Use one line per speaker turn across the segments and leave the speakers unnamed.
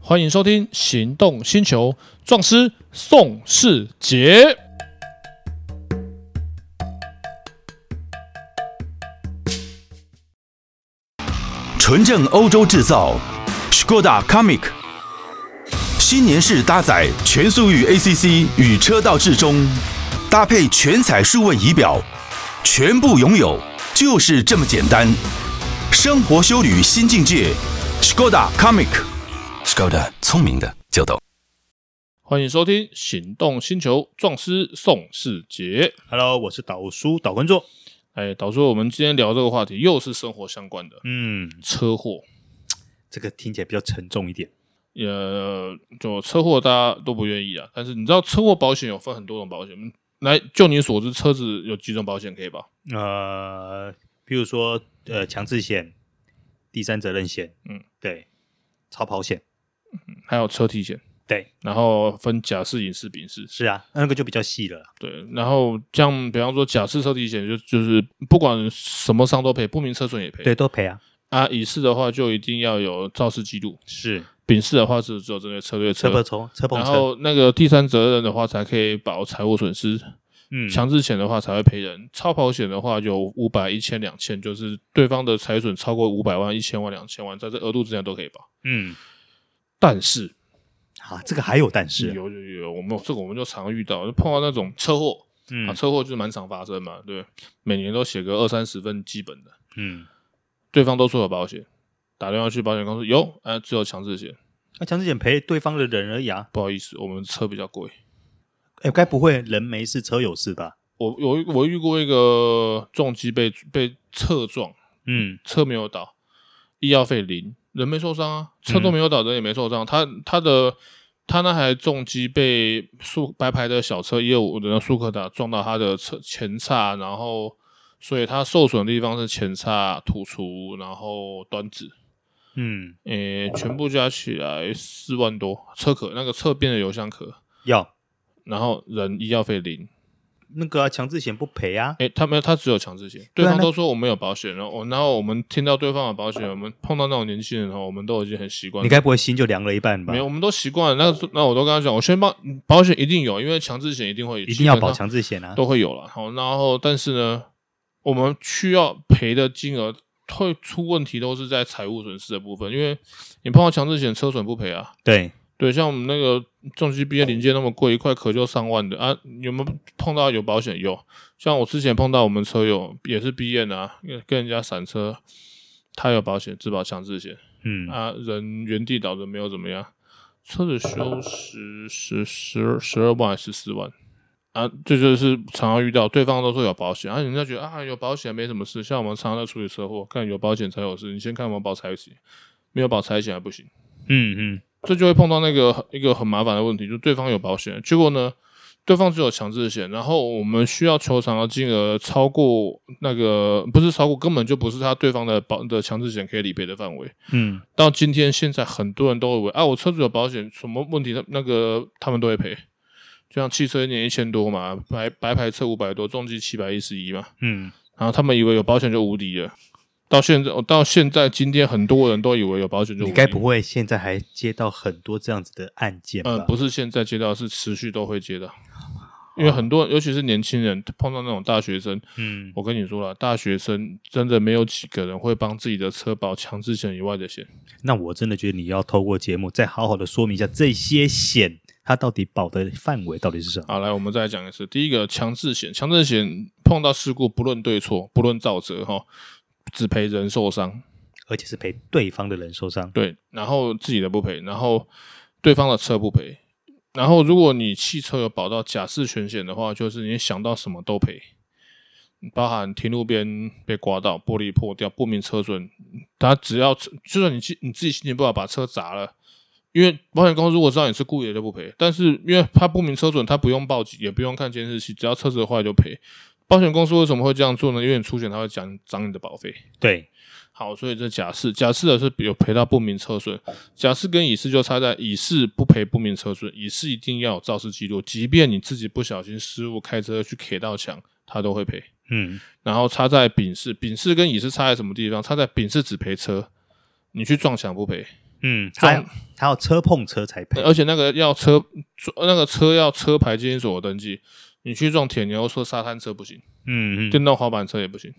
欢迎收听《行动星球》，壮师宋世杰。
纯正欧洲制造，Skoda Comic，新年式搭载全速域 ACC 与车道智中，搭配全彩数位仪表，全部拥有就是这么简单。生活修旅新境界，Skoda Comic，Skoda 聪明的就懂。
欢迎收听《行动星球》，壮师宋世杰。
Hello，我是导叔导观众。
哎，导致我们今天聊这个话题又是生活相关的
嗯，
车祸。
这个听起来比较沉重一点。
呃，就车祸大家都不愿意啊，但是你知道车祸保险有分很多种保险吗。来，就你所知，车子有几种保险可以保？
呃，比如说呃，强制险、第三责任险，
嗯
嗯，对，超跑险，
还有车体险，
对，
然后分甲式、乙式、丙式。
是啊，那个就比较细了啦。
对，然后像比方说甲式车体险，就就是不管什么伤都赔，不明车损也赔。
对，都赔啊。
啊，乙式的话就一定要有肇事记录，
是
丙式的话是只有针对策略
车
车。
碰车，车碰
然
车，
后那个第三责任的话，才可以保财务损失；
嗯，
强制险的话才会赔人；超跑险的话有五百、一千、两千，就是对方的财损超过五百万、一千万、两千万，在这额度之内都可以保。
嗯，
但是
啊，这个还有但是，
有有有，我们有这个我们就常遇到，就碰到那种车祸，啊，
嗯
车祸就是蛮常发生嘛，对不对，每年都写个二三十份基本的，
嗯，
对方都说有保险，打电话去保险公司有，呃，只有强制险，
那强制险赔对方的人而已啊。
不好意思，我们车比较贵。
哎，该不会人没事，车有事吧？
我我我遇过一个重机被被侧撞，
嗯，
车没有倒，医药费零，人没受伤啊，车都没有倒，人也没受伤，他他的。他那台重机被速白牌的小车一二五的速克达撞到他的车前叉，然后所以他受损的地方是前叉、突出，然后端子，
嗯，
诶、全部加起来四万多，车壳那个侧边的油箱壳，
要
然后人医药费零。
那个啊强制险不赔啊。
诶、他没有，他只有强制险，对
对啊
方
那
都说我们有保险，然后我然后我们听到对方有保险，我们碰到那种年轻人哦，我们都已经很习惯
你
了。
该不会心就凉了一半吧？
没有，我们都习惯了。那个那我都跟他讲，我先帮保险一定有，因为强制险一定会，
一定要
基
保
本上
强制险啊。
都会有了。好，然后但是呢，我们需要赔的金额会出问题，都是在财务损失的部分，因为你碰到强制险车损不赔啊，
对，
对，像我们那个重机毕业零件那么贵，一块壳就上万的啊，有没有碰到有保险有？像我之前碰到我们车友也是毕业的啊，跟跟人家闪车，他有保险，自保强制险
嗯，
啊，人原地倒的没有怎么样，车子修十十十二十二万还是十四万啊，这就是常常遇到，对方都说有保险，啊，人家觉得啊有保险没什么事，像我们常常在处理车祸，看有保险才有事，你先看有没有保财险，没有保财险还不行。
嗯嗯，
这就会碰到那个一个很麻烦的问题，就对方有保险，结果呢，对方只有强制险，然后我们需要求偿的金额超过那个不是超过，根本就不是他对方的保的强制险可以理赔的范围。
嗯，
到今天现在，很多人都以为啊，我车子有保险，什么问题那那个他们都会赔。就像汽车一年一千多嘛，白白牌车五百多，重机七百一十一嘛，
嗯，
然后他们以为有保险就无敌了。到现在，到现在今天，很多人都以为有保险就无
你
敌。
该不会现在还接到很多这样子的案件吧？
嗯，不是现在接到，是持续都会接到，因为很多人，尤其是年轻人，碰到那种大学生，
嗯，
我跟你说了，大学生真的没有几个人会帮自己的车保强制险以外的险。
那我真的觉得你要透过节目再好好的说明一下这些险它到底保的范围到底是什么。
好，来，我们再来讲一次，第一个强制险，强制险碰到事故，不论对错，不论造责，哈，只赔人受伤，
而且是赔对方的人受伤。
对，然后自己的不赔，然后对方的车不赔。然后，如果你汽车有保到甲式全险的话，就是你想到什么都赔，包含停路边被刮到、玻璃破掉、不明车损，他只要就算你自你自己心情不好把车砸了，因为保险公司如果知道你是故意的就不赔，但是因为他不明车损，他不用报警，也不用看监视器，只要车子坏就赔。保险公司为什么会这样做呢？因为你出险，他会讲涨你的保费。
对，
好，所以这假释，假释的是有赔到不明车损，假释跟乙释就差在乙释不赔不明车损，乙释一定要有肇事记录，即便你自己不小心失误开车去 K 到墙，他都会赔。
嗯，
然后差在丙式，丙式跟乙式差在什么地方？差在丙式只赔车，你去撞墙不赔，
嗯，
这
还
种
有还有车碰车才赔，
而且那个要车那个车要车牌监所登记，你去撞铁牛车、沙滩车不行，
嗯嗯
电动滑板车也不行。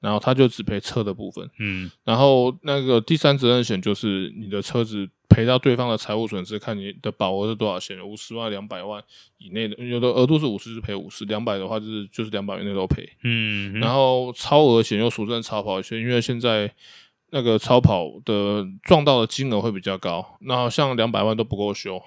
然后他就只赔车的部分，
嗯
然后那个第三责任险就是你的车子赔到对方的财务损失，看你的保额是多少钱，五十万、两百万以内的，有的额度是五十是赔五十，两百的话就是就是两百以内都赔。
嗯，
然
后
后超额险又俗称超跑险，因为现在那个超跑的撞到的金额会比较高，那像两百万都不够修，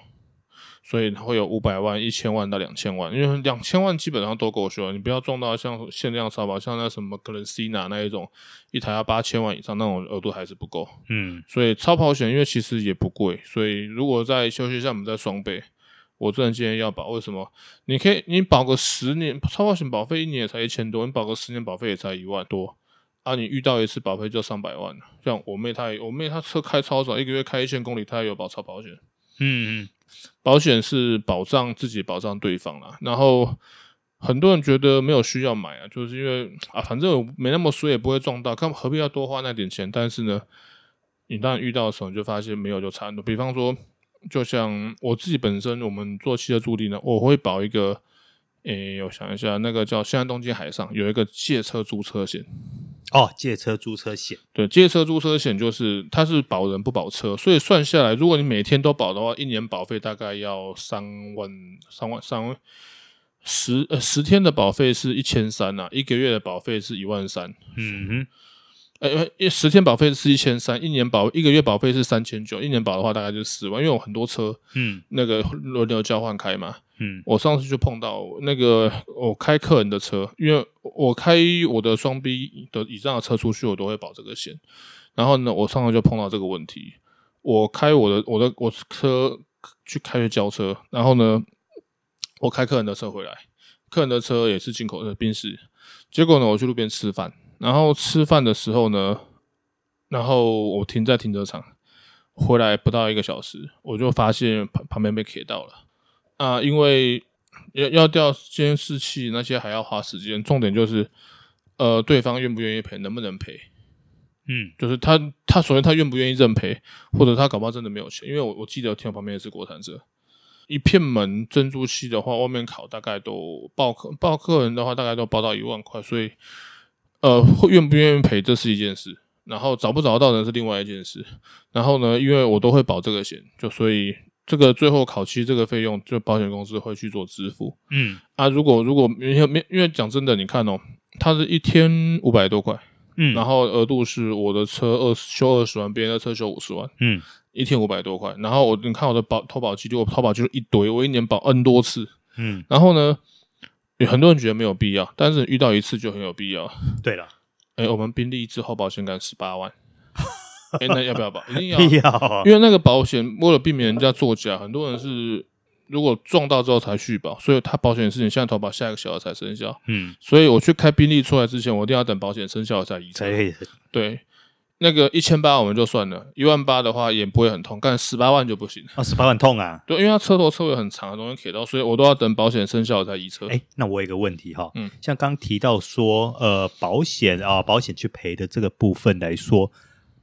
所以会有五百万、一千万到两千万，因为两千万基本上都够修，你不要撞到像限量超跑，像那什么格伦西娜那一种，一台要八千万以上那种额度还是不够，
嗯
所以超跑险因为其实也不贵，所以如果在休息项目再双倍。我真的建议要保，为什么？你可以，你保个十年，超保险保费一年也才一千多，你保个十年保费也才一万多啊！你遇到一次保费就上百万了。像我妹她也，我妹她车开超少，一个月开一千公里，她也有保超保险。
嗯嗯
保险是保障自己，保障对方啦。然后很多人觉得没有需要买啊，就是因为啊，反正我没那么衰，也不会撞到，干何必要多花那点钱？但是呢，你当然遇到的时候，你就发现没有就差很多。比方说，就像我自己本身，我们做汽车驻地呢，我会保一个，诶、我想一下，那个叫现在东京海上有一个借车租车险，
哦，借车租车险，
对，借车租车险就是它是保人不保车，所以算下来，如果你每天都保的话，一年保费大概要三万、三万、三万十呃十天的保费是一千三呐，一个月的保费是一万三，
嗯哼，
呃呃，一十天保费是一千三，一年保一个月保费是三千九，一年保的话大概就是四万，因为我很多车
嗯
那个轮流交换开嘛，
嗯
我上次就碰到那个我开客人的车，因为我开我的双 B 的以上的车出去，我都会保这个险。然后呢，我上次就碰到这个问题，我开我的我的我车去开去交车，然后呢，我开客人的车回来，客人的车也是进口的宾士。结果呢，我去路边吃饭，然后吃饭的时候呢，然后我停在停车场，回来不到一个小时，我就发现旁旁边被 K 到了。啊，因为要要调监视器那些还要花时间，重点就是呃，对方愿不愿意赔，能不能赔？
嗯
就是他他首先他愿不愿意认赔，或者他搞不好真的没有钱，因为我我记得我听我旁边也是国产车，一片门珍珠漆的话，外面烤大概都报客报客人的话，大概都报到一万块，所以呃，会愿不愿意赔这是一件事，然后找不找得到人是另外一件事，然后呢，因为我都会保这个险，就所以这个最后烤漆这个费用，就保险公司会去做支付
嗯
啊。如果如果没有没，因为讲真的，你看哦，它是一天五百多块。
嗯，
然
后
后额度是我的车二修二十万，别人的车修五十万，
嗯
一天五百多块。然后我你看我的保投保记录，我投保记录一堆，我一年保 N 多次。
嗯，
然后呢，有很多人觉得没有必要，但是遇到一次就很有必要。
嗯对了，
哎，我们宾利一次后保险杆十八 万，哎，那要不要保？一定要啊，
必要啊，
因为那个保险为了避免人家作假，很多人是如果撞到之后才续保，所以他保险是你现在投保下一个小时才生效。
嗯，
所以我去开宾利出来之前，我一定要等保险生效我才移车
所。以
对，那个一千八我们就算了，一万八的话也不会很痛，但十八万就不行。
二十八万痛啊。
对，因为它车头车尾很长的东西铁到，所以我都要等保险生效我才移车。
哎，那我有一个问题哈，
嗯
像刚提到说，呃，保险啊、保险去赔的这个部分来说，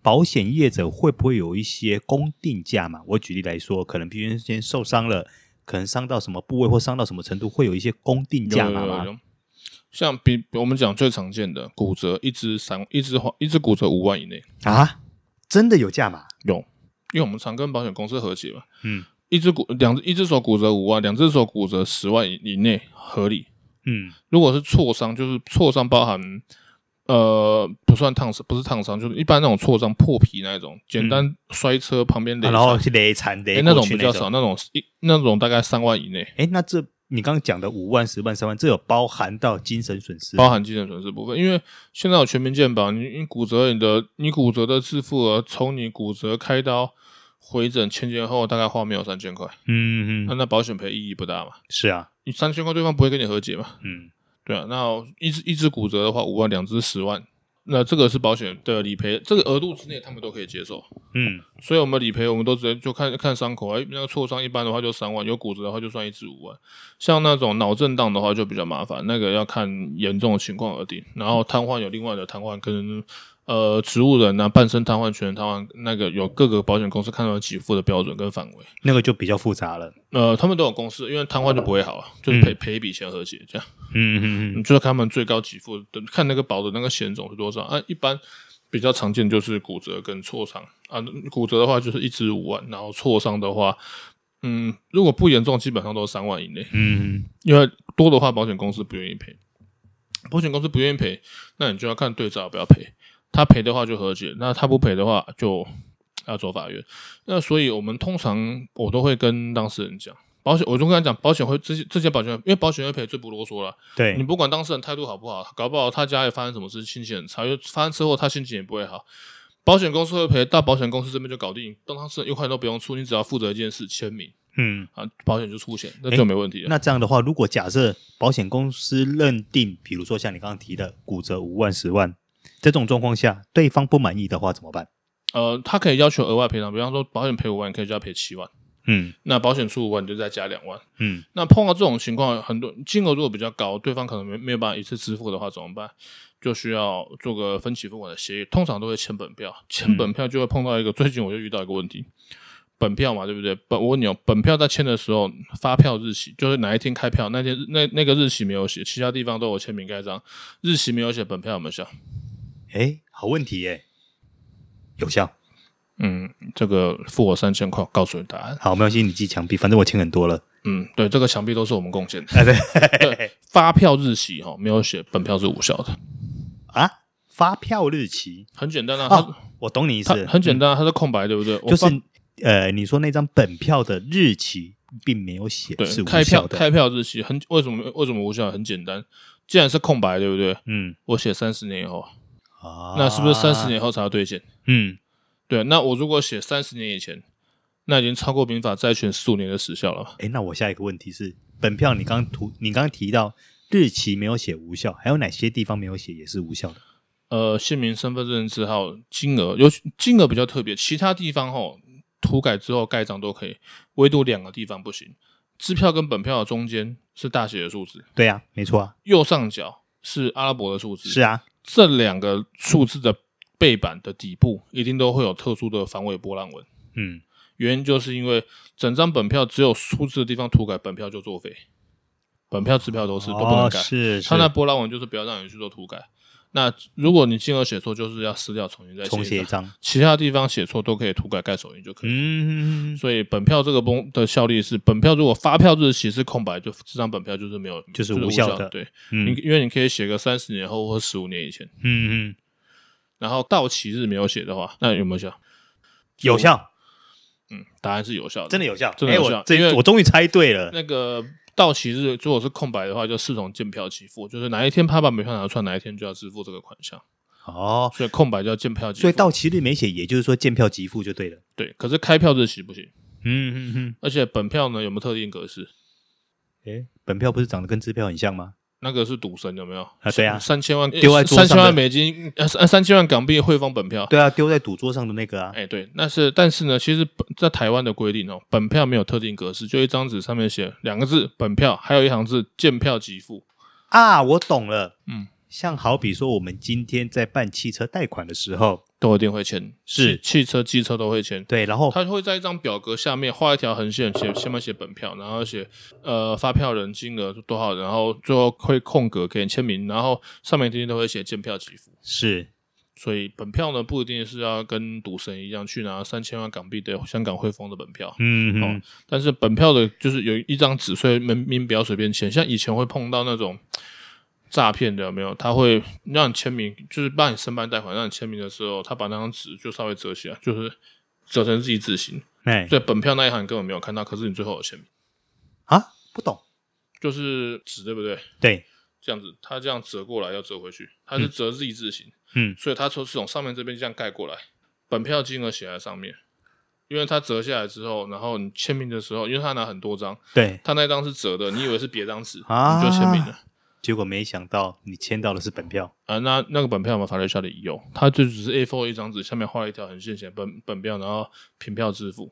保险业者会不会有一些公定价嘛？我举例来说，可能别人先受伤了，可能伤到什么部位或伤到什么程度，会有一些公定
有
价
有
嘛
有
吗？
有，像比我们讲最常见的骨折，一只三一只花一只骨折五万以内
啊，真的有价码？
有，因为我们常跟保险公司和解嘛。
嗯
一只骨两只一只手骨折五万，两只手骨折十万以以内合理。
嗯
如果是挫伤，就是挫伤包含呃不算烫伤，不是烫伤，就是一般那种挫伤破皮那一种，简单摔车旁边
啊
勒
然后
伤，
去雷残
哎、
雷
那
过
种
去
比
那
较少，
种。
那种一那种大概三万以内，
哎，那这你刚刚讲的五万、十万、三万，这有包含到精神损失吗？
包含精神损失部分。因为现在有全民健保，你你骨折你的你骨折的自付额从你骨折开刀回诊前前后后大概花没有三千块，
嗯
那
嗯，
那保险赔意义不大嘛？
是啊，
你三千块对方不会跟你和解嘛？
嗯
对啊，那一只一只骨折的话，五万，两只十万，那这个是保险的理赔，这个额度之内他们都可以接受。
嗯
所以我们理赔，我们都直接就看看伤口，哎，那个挫伤一般的话就三万，有骨折的话就算一只五万，像那种脑震荡的话就比较麻烦，那个要看严重的情况而定。然后瘫痪有另外的瘫痪跟呃植物人啊、半身瘫痪、全人瘫痪，那个有各个保险公司看到给付的标准跟范围。
那个就比较复杂了。
呃，他们都有公式，因为瘫痪就不会好啊，就是赔赔一笔钱和解这样。
嗯嗯嗯，
你就是看他们最高给付的，看那个保的那个险种是多少啊。一般比较常见就是骨折跟挫伤啊，骨折的话就是一至五万，然后挫伤的话，嗯，如果不严重，基本上都是三万以内。
嗯，
因为多的话，保险公司不愿意赔，保险公司不愿意赔，那你就要看对照要不要赔。他赔的话就和解，那他不赔的话就要走法院。那所以我们通常我都会跟当事人讲，保险我就跟他讲，保险会这些这些保险，因为保险会赔最不啰嗦了。
对
你，不管当事人态度好不好，搞不好他家里发生什么事，心情很差，因为发生车祸，他心情也不会好。保险公司会赔，大保险公司这边就搞定，当当事人一块都不用出，你只要负责一件事，签名
嗯，
啊，保险就出险，那就没问题了。
那这样的话，如果假设保险公司认定，比如说像你刚刚提的骨折五万、十万这种状况下，对方不满意的话怎么办？
呃，他可以要求额外赔偿，比方说保险赔五万，你可以就要赔七万，
嗯
那保险出五万，你就再加两万。
嗯
那碰到这种情况，很多金额如果比较高，对方可能没没有办法一次支付的话，怎么办？就需要做个分期付款的协议，通常都会签本票。签本票就会碰到一个，最近我就遇到一个问题，本票嘛，对不对？本我问你哦，本票在签的时候，发票日期就是哪一天开票，那天那那个日期没有写，其他地方都有签名盖章，日期没有写，本票有没有效？
哎、好问题耶、有效。
嗯，这个付我三千块，我告诉你答案。
好，没关系，你记墙壁，反正我欠很多了。
嗯，对，这个想必都是我们贡献的。
哎，对
对，发票日期哈、哦、没有写，本票是无效的，
啊，发票日期
很简单啊。它
哦，我懂你意
它
思，嗯
很简单，啊它是空白，对不对？我
就是
发
呃，你说那张本票的日期并没有写是
对
无
开
效
票
的，
开票日期很为什么为什么无效？很简单，既然是空白，对不对？
嗯
我写三十年以后，
啊
那是不是三十？年后才要兑现？
嗯
对，那我如果写三十年以前，那已经超过民法债权十五年的时效了嘛？
哎，那我下一个问题是，本票你刚图你刚提到日期没有写无效，还有哪些地方没有写也是无效的？
呃，姓名、身份证字号、金额，尤其金额比较特别，其他地方吼涂改之后盖章都可以，唯独两个地方不行。支票跟本票的中间是大写的数字，
对啊，没错啊，
右上角是阿拉伯的数字。
是啊，
这两个数字的背板的底部一定都会有特殊的防伪波浪纹，
嗯，
原因就是因为整张本票只有数字的地方涂改，本票就作废，本票、支票都是都不能
哦，
改。
是是
他，那波浪纹就是不要让你去做涂改。那如果你金额写错，就是要撕掉，重新再
重写
写
一。张，
其他地方写错都可以涂改，盖手印就可以。
嗯，
所以本票这个崩的效力是，本票如果发票日期是空白，就这张本票就是没有，
就是
无
无效的
对，你
嗯
因为你可以写个三十年后或十五年以前，
嗯嗯，
然后到期日没有写的话，那有没有效？
有效，
嗯，答案是有效的，
真的有效，
真的有
诶
效
我这
因为
我终于猜对了，
那个到期日如果是空白的话，就视同见票即付，就是哪一天他把门票拿出来，哪一天就要支付这个款项。
哦，
所以空白叫见票即付。
所以到期日没写，也就是说见票即付就对了，
对，可是开票日期不行，
嗯嗯嗯，
而且本票呢有没有特定格式？
哎，本票不是长得跟支票很像吗？
那个是赌神有没有？
啊，对啊，
三千万
丢在桌
三
上的
千万美金，呃三三千万港币汇丰本票。
对啊，丢在赌桌上的那个啊，
哎，对，那是但是呢，其实本在台湾的规定哦，本票没有特定格式，就一张纸上面写两个字“本票”，还有一行字“见票即付
啊，我懂了，
嗯，
像好比说我们今天在办汽车贷款的时候，”，
都一定会签。
是
汽汽车、机车都会签。
对，然后
他会在一张表格下面画一条横线，写下面写本票，然后写呃发票人金额多少，然后最后会空格给你签名，然后上面一定都会写见票即付。
是
所以本票呢，不一定是要跟赌神一样去拿三千万港币的香港汇丰的本票，
嗯
哦，但是本票的就是有一张纸，所以门民不要随便签。像以前会碰到那种诈骗的，有没有？他会让你签名，就是帮你申办贷款，让你签名的时候，他把那张纸就稍微折起来，就是折成自己字形。
哎
所以本票那一行你根本没有看到，可是你最后有签名，
啊，不懂，
就是纸对不对？
对，
这样子，他这样折过来要折回去，它是折 Z 字形，
嗯
所以它从是从上面这边这样盖过来，本票金额写在上面，因为它折下来之后，然后你签名的时候，因为他拿很多张，
对，
他那张是折的，你以为是别张纸，
啊
你就签名了
结果没想到你签到的是本票，
啊。那那个本票有没有法律效力？有，它就只是 A4 一张纸，下面画了一条横线写本本票，然后凭票支付。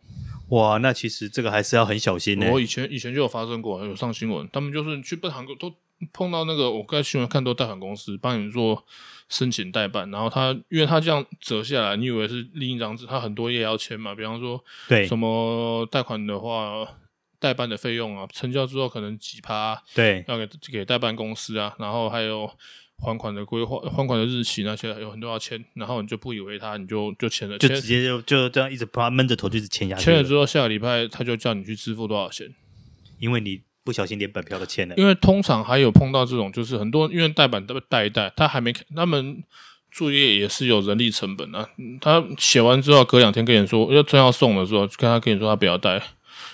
哇，那其实这个还是要很小心呢、
我以前以前就有发生过，有上新闻，他们就是去办韩国都碰到那个，我刚才新闻看都代办公司帮你做申请代办，然后他因为他这样折下来，你以为是另一张纸，他很多页要签嘛，比方说
对
什么贷款的话，代办的费用啊，成交之后可能几趴
对
要给给代办公司啊，然后还有还款的规划、还款的日期那些有很多要签，然后你就不以为他，你就就签了，
就
呃签
直接就就这样一直把它闷着头就一直签下去
签了
了，
之后，下个礼拜他就叫你去支付多少钱。
因为你不小心连本票都签了。
因为通常还有碰到这种，就是很多因为代板都带一带，他还没他们作业也是有人力成本啊。嗯他写完之后隔两天跟你说要真要送的时候，就跟他跟你说他不要带，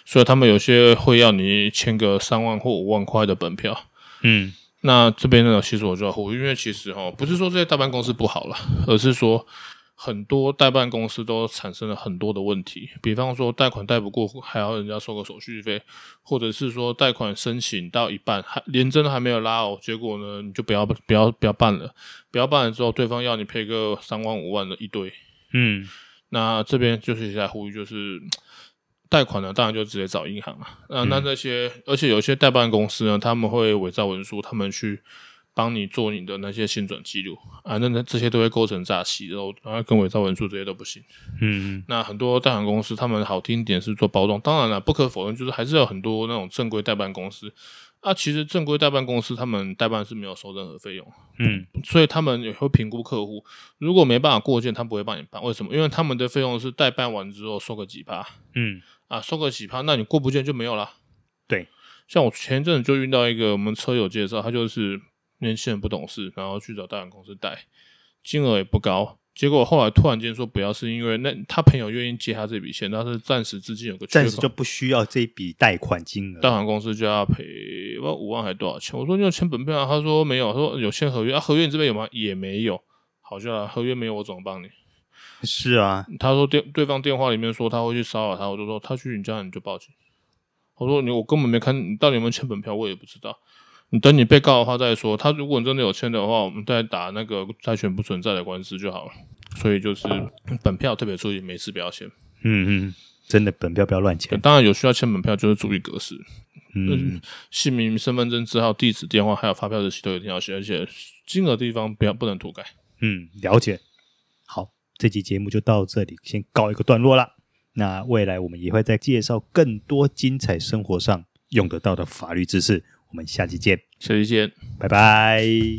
所以他们有些会要你签个三万或五万块的本票。
嗯，
那这边呢，其实我就要呼吁，因为其实哦，不是说这些代办公司不好了，而是说很多代办公司都产生了很多的问题，比方说贷款贷不过，还要人家收个手续费，或者是说贷款申请到一半还连征还没有拉哦，结果呢你就不要不要不要办了，不要办了之后，对方要你赔个三万五万的一堆，
嗯，
那这边就是在呼吁，就是嗯贷款呢，当然就直接找银行嘛。那那这些，而且有些代办公司呢，他们会伪造文书，他们去帮你做你的那些薪转记录啊，那那这些都会构成诈欺，然后然后跟伪造文书这些都不行。
嗯，
那很多代办公司，他们好听一点是做包装，当然了，不可否认，就是还是有很多那种正规代办公司。啊，其实正规代办公司他们代办是没有收任何费用，
嗯，
所以他们也会评估客户，如果没办法过件，他不会帮你办。为什么？因为他们的费用是代办完之后收个几趴
嗯，
啊，收个几趴，那你过不件就没有啦。
对，
像我前一阵子就遇到一个我们车友介绍，他就是年轻人不懂事，然后去找贷款公司贷，金额也不高。结果后来突然间说不要，是因为那他朋友愿意借他这笔钱，但是暂时资金有个缺
暂时
口
就，不需要这一笔贷款金
贷
额。
款公司就要赔不知道五万还多少钱。我说你有签本票啊？他说没有，他说有签合约啊，合约你这边有吗？也没有。好就啊，合约没有，我怎么帮你？
是啊，
他说电对方电话里面说他会去骚扰他，我就说他去你家你就报警。我说你我根本没看你到底有没有签本票，我也不知道。你等你被告的话再说，他如果真的有签的话，我们再打那个债权不存在的官司就好了。所以就是本票特别注意，没事不要签。
嗯嗯，真的本票不要乱签。
当然有需要签本票，就是注意格式，
嗯，
姓名、身份证字号、地址、电话，还有发票日期都一定要写，而且金额地方不要不能涂改。
嗯，了解。好，这期节目就到这里，先告一个段落啦。那未来我们也会再介绍更多精彩生活上用得到的法律知识。我们下期见，
下期见。
拜拜。